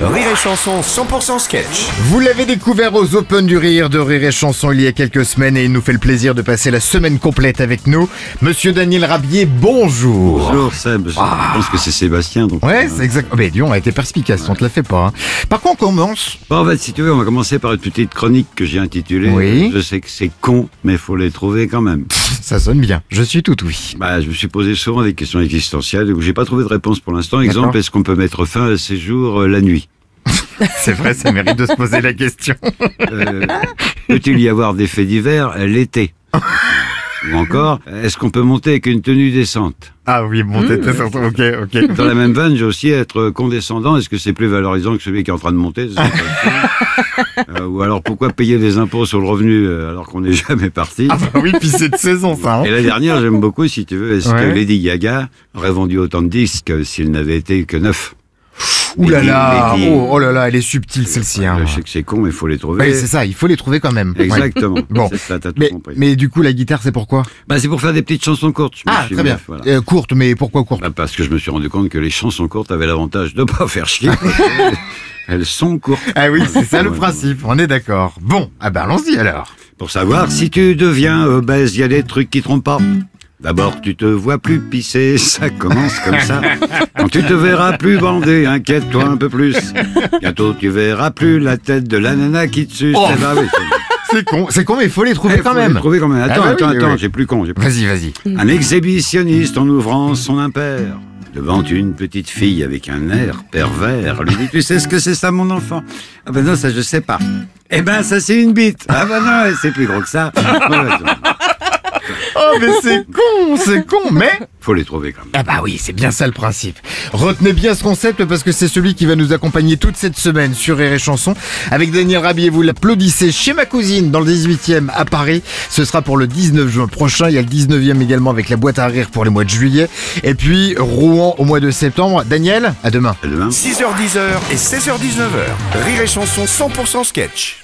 Rire et Chanson 100% sketch. Vous l'avez découvert aux Open du Rire de Rire et Chanson il y a quelques semaines et il nous fait le plaisir de passer la semaine complète avec nous. Monsieur Daniel Rabier, bonjour Bonjour Seb, je pense que c'est Sébastien. Donc, Ah. Ouais, euh, c'est exact. Oh, Mais dis, on a été perspicace, on te la fait pas. hein. Par contre, on commence. bon, en fait, si tu veux, on va commencer par une petite chronique que j'ai intitulée. euh, Oui. Je sais que c'est con, mais faut les trouver quand même. Ça sonne bien. Je suis tout oui. Bah, je me suis posé souvent des questions existentielles où j'ai pas trouvé de réponse pour l'instant. D'accord. Exemple, est-ce qu'on peut mettre fin à ces jours euh, la nuit C'est vrai, ça mérite de se poser la question. Euh, Peut-il y avoir des faits divers euh, l'été Ou encore, est-ce qu'on peut monter avec une tenue décente Ah oui, bon, t'étais surtout. Ok, ok. Dans la même veine, j'ai aussi être condescendant. Est-ce que c'est plus valorisant que celui qui est en train de monter C'est pas le coup. Euh, Ou alors pourquoi payer des impôts sur le revenu euh, alors qu'on n'est jamais parti Ah bah oui, puis c'est de saison, ça. hein. Et la dernière, j'aime beaucoup, si tu veux, est-ce Ouais. que Lady Gaga aurait vendu autant de disques s'il n'avait été que neuf Ouh là là. Lady- Oh, oh là là, elle est subtile celle-ci. hein. Je sais que c'est con, mais il faut les trouver. Ouais, c'est ça, il faut les trouver quand même. Ouais. Exactement. Bon. C'est ça, t'as tout Mais, compris. mais du coup, la guitare, c'est pourquoi Bah, c'est pour faire des petites chansons courtes. je me Ah, suis très mis à- bien. voilà. Euh, courte, mais pourquoi courte Bah, parce que je me suis rendu compte que les chansons courtes avaient l'avantage de ne pas faire chier. Elles sont courtes. Ah oui, c'est ça le Ouais. principe, on est d'accord. Bon, ah bah allons-y alors. Pour savoir si tu deviens obèse, il y a des trucs qui trompent pas. D'abord, tu te vois plus pisser, ça commence comme ça. Quand tu te verras plus bander, inquiète-toi un peu plus. Bientôt, tu verras plus la tête de la nana qui te suce. Oh. Eh ben oui, C'est con, c'est con, mais il faut les trouver eh, quand faut les même. trouver quand même. Attends, Ah bah attends, oui, attends, oui. j'ai plus con. j'ai plus- Vas-y, vas-y. Un exhibitionniste en ouvrant son impair. Devant une petite fille avec un air pervers, lui dit Tu sais ce que c'est ça, mon enfant Ah ben non, ça je sais pas. Eh ben, ça c'est une bite. Ah ben non, c'est plus gros que ça. Voilà, donc, Oh, mais c'est con, c'est con, mais... faut les trouver quand même. Ah bah oui, c'est bien ça le principe. Retenez bien ce concept parce que c'est celui qui va nous accompagner toute cette semaine sur Rire et Chanson. Avec Daniel Rabier, vous l'applaudissez chez ma cousine dans le 18e à Paris. Ce sera pour le 19 juin prochain. Il y a le 19e également avec la boîte à rire pour les mois de juillet. Et puis Rouen au mois de septembre. Daniel, à demain. À demain. 6h10h et 16h19h. Rire et Chanson 100% sketch.